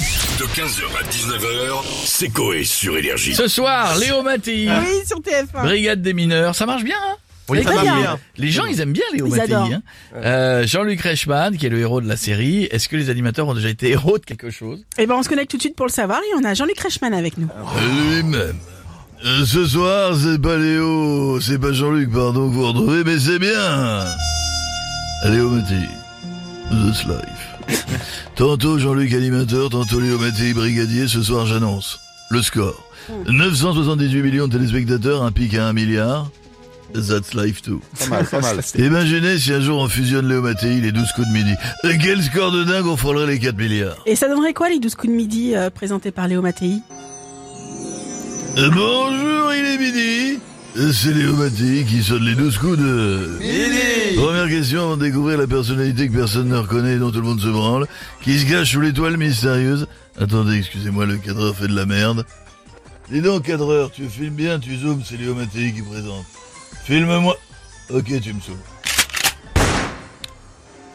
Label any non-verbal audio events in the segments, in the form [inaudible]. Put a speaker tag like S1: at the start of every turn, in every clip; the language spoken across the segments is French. S1: De 15h à 19h, c'est Coé sur Énergie.
S2: Ce soir, Léo Mattei,
S3: Ah Oui, sur TF1.
S2: Brigade des mineurs, ça marche bien. hein
S4: Oui,
S3: ça marche bien.
S2: Les gens, ils aiment bien Léo
S3: Ils
S2: Mattei.
S3: adorent.
S2: hein. Euh, Jean-Luc Reichmann, qui est le héros de la série. Est-ce que les animateurs ont déjà été héros de quelque chose
S3: Eh ben, on se connecte tout de suite pour le savoir et on a Jean-Luc Reichmann avec nous.
S4: Lui-même. Euh, Ce soir, c'est pas Léo, c'est pas Jean-Luc, pardon, que vous retrouvez, mais c'est bien. Léo Mattei, This Life. [laughs] Tantôt Jean-Luc animateur, tantôt Léo Mattei brigadier, ce soir j'annonce. Le score. 978 millions de téléspectateurs, un pic à 1 milliard. That's life too. [laughs] Imaginez si un jour on fusionne Léo Mattei, les 12 coups de midi. Euh, Quel score de dingue on frôlerait les 4 milliards.
S3: Et ça donnerait quoi les 12 coups de midi euh, présentés par Léo Mattei
S4: Euh, Bonjour, il est midi. Euh, C'est Léo Mattei qui sonne les 12 coups de... Première question avant de découvrir la personnalité que personne ne reconnaît et dont tout le monde se branle, qui se cache sous l'étoile mystérieuse. Attendez, excusez-moi, le cadreur fait de la merde. Dis donc, cadreur, tu filmes bien, tu zoomes, c'est Léo Mattei qui présente. Filme-moi. Ok, tu me saoules.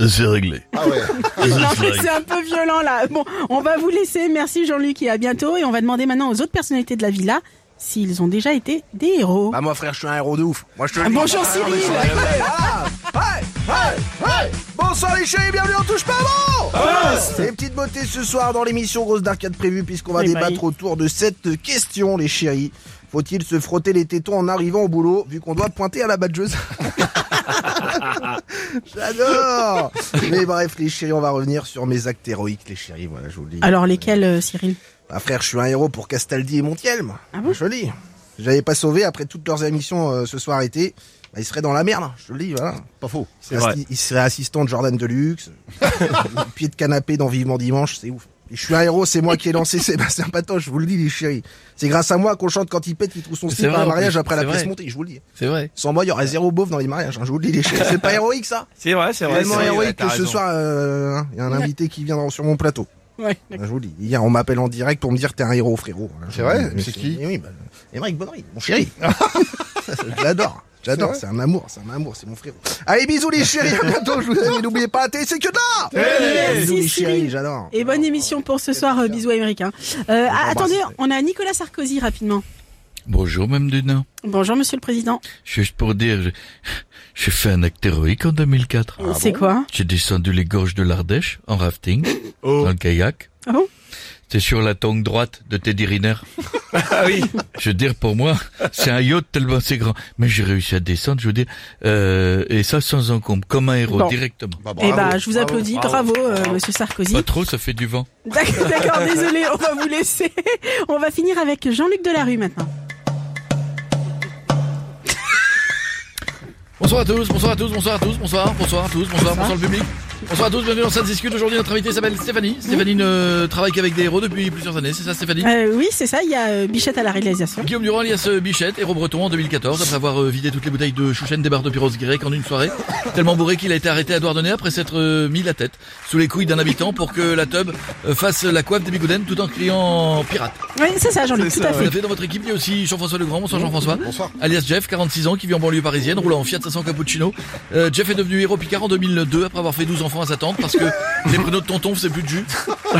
S4: Euh, C'est réglé.
S5: Ah ouais.
S3: Non, mais c'est un peu violent là. Bon, on va vous laisser. Merci Jean-Luc et à bientôt. Et on va demander maintenant aux autres personnalités de la villa s'ils ont déjà été des héros.
S5: Bah moi frère, je suis un héros de ouf. Moi je te le dis.
S3: Bonjour
S5: Ah, on est
S3: Cyril.
S5: sur la même vague. Hey, hey, hey Bonsoir les chéris, bienvenue, on touche pas bon Les petites beautés ce soir dans l'émission Grosse d'Arcade prévue puisqu'on va
S3: Eh bah,
S5: débattre
S3: il-
S5: autour de cette question les chéris. Faut-il se frotter les tétons en arrivant au boulot vu qu'on doit pointer à la badgeuse [laughs] J'adore Mais bref les chéris, on va revenir sur mes actes héroïques les chéris, voilà je vous le dis.
S3: Alors lesquels, euh, Cyril
S5: Bah frère, je suis un héros pour Castaldi et Montiel, moi.
S3: Ah bon
S5: je te le dis. Si J'avais pas sauvé après toutes leurs émissions euh, ce soir été. Bah, ils seraient dans la merde, je te le dis, voilà. Pas faux. Ils seraient, assi- ils seraient assistants de Jordan [laughs] Deluxe. pied de canapé dans Vivement Dimanche, c'est ouf. Et je suis un héros, c'est moi qui ai lancé [laughs] Sébastien Patoche, je vous le dis, les chéris. C'est grâce à moi qu'on chante quand il pète, qu'il trouve son
S2: C'est
S5: slip
S2: vrai,
S5: à un
S2: en
S5: mariage
S2: plus,
S5: après la
S2: c'est
S5: pièce
S2: vrai.
S5: montée, je vous le dis.
S2: C'est vrai.
S5: Sans moi, il y aurait zéro beauf dans les mariages, hein, je vous le dis, les chéris. C'est pas héroïque, ça?
S6: C'est vrai, c'est vrai.
S5: Tellement
S6: c'est vrai, ouais,
S5: héroïque
S6: t'as
S5: que ce
S6: raison.
S5: soir, euh, hein, il y a un invité qui viendra sur mon plateau.
S3: Ouais.
S5: Ah, Je vous le dis, hier on m'appelle en direct pour me dire t'es un héros frérot. Hein,
S4: C'est vrai
S5: Mais
S4: C'est qui
S5: Eh Oui, bah, Émeric Bonnery, mon chéri. [laughs] je l'adore, j'adore, c'est un amour, c'est un amour, c'est mon frérot. Allez bisous les chéris, à bientôt, je vous aime, et n'oubliez pas, t'es c'est que de là Bisous les
S3: Merci
S5: chéris,
S3: Cyril.
S5: j'adore.
S3: Et bonne émission pour ce soir, euh, bisous américains. Euh, ah, attendez, on a Nicolas Sarkozy rapidement.
S2: Bonjour, Mme Dunant.
S3: Bonjour Monsieur le Président.
S2: Juste pour dire, je- j'ai fait un acte héroïque en 2004.
S3: c'est quoi
S2: J'ai descendu les gorges de l'Ardèche en rafting, dans le kayak.
S3: Ah bon
S2: C'est sur la tangue droite de Teddy [laughs] Riner. Ah Je veux dire, pour moi, c'est un yacht tellement c'est grand. Mais j'ai réussi à descendre, je veux dire, euh, et ça sans encombre, comme un héros,
S3: Bon.
S2: directement.
S3: Eh ben, je vous applaudis, bravo, euh, Monsieur Sarkozy.
S2: Bah, Pas trop, ça fait du vent.
S3: [laughs] D'accord, d'accord, désolé, on va vous laisser. On va finir avec Jean-Luc Delarue maintenant.
S2: Bonsoir à tous, bonsoir à tous, bonsoir à tous, bonsoir, bonsoir à tous, bonsoir, bonsoir le public. Bonsoir à tous, bienvenue dans Ça se discute. Aujourd'hui, notre invitée s'appelle Stéphanie. Stéphanie ne travaille qu'avec des héros depuis plusieurs années, c'est ça Stéphanie
S3: Euh, oui, c'est ça, il y a euh, Bichette à la réalisation.
S2: Guillaume Durand alias euh, Bichette, héros breton en 2014, après avoir euh, vidé toutes les bouteilles de chouchen des barres de pyros grec en une soirée, tellement bourré qu'il a été arrêté à Douarnenez après s'être euh, mis la tête sous les couilles d'un habitant pour que la teub euh, fasse la coiffe des bigoudens tout en criant pirate.
S3: Oui, c'est ça, Jean-Luc, tout à
S2: Euh, Vous
S3: fait.
S2: avez dans votre équipe, il y a aussi Jean-François Legrand. Bonsoir Jean-François. Bonsoir. Alias Jeff, 46 ans, qui vit en banlieue parisienne, roulant en Fiat 500 Cappuccino. Euh, Jeff est devenu héros Picard en 2002 après avoir fait 12 enfants à sa tante parce que les prénoms de tonton c'est plus de jus.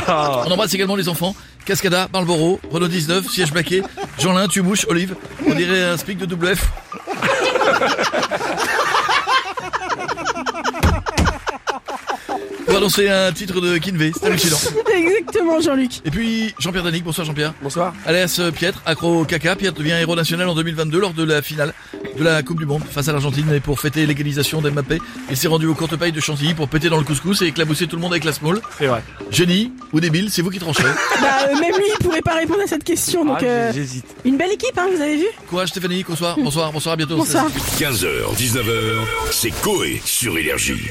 S2: On embrasse également les enfants. Cascada, Marlboro, Renault 19, Siège Baquet, Jeanlin, Tubouche, Olive. On dirait un speak de double F. On va lancer un titre de Kinvey, c'est hallucinant.
S3: [laughs] Exactement, Jean-Luc.
S2: Et puis Jean-Pierre Danique, bonsoir Jean-Pierre.
S6: Bonsoir.
S2: Alias euh, Pietre, accro au caca, Pietre devient héros national en 2022 lors de la finale de la Coupe du Monde face à l'Argentine et pour fêter l'égalisation d'Mbappé, il s'est rendu au courte paille de Chantilly pour péter dans le couscous et éclabousser tout le monde avec la small.
S6: C'est vrai.
S2: Génie ou débile, c'est vous qui tranchez.
S3: Bah, euh, même lui, il pourrait pas répondre à cette question, donc euh,
S6: Ah, J'hésite.
S3: une belle équipe, hein, vous avez vu
S2: Courage Stéphanie, bonsoir, bonsoir, bonsoir, à bientôt.
S3: Bonsoir.
S1: 15h, 19h, c'est Coé sur Énergie.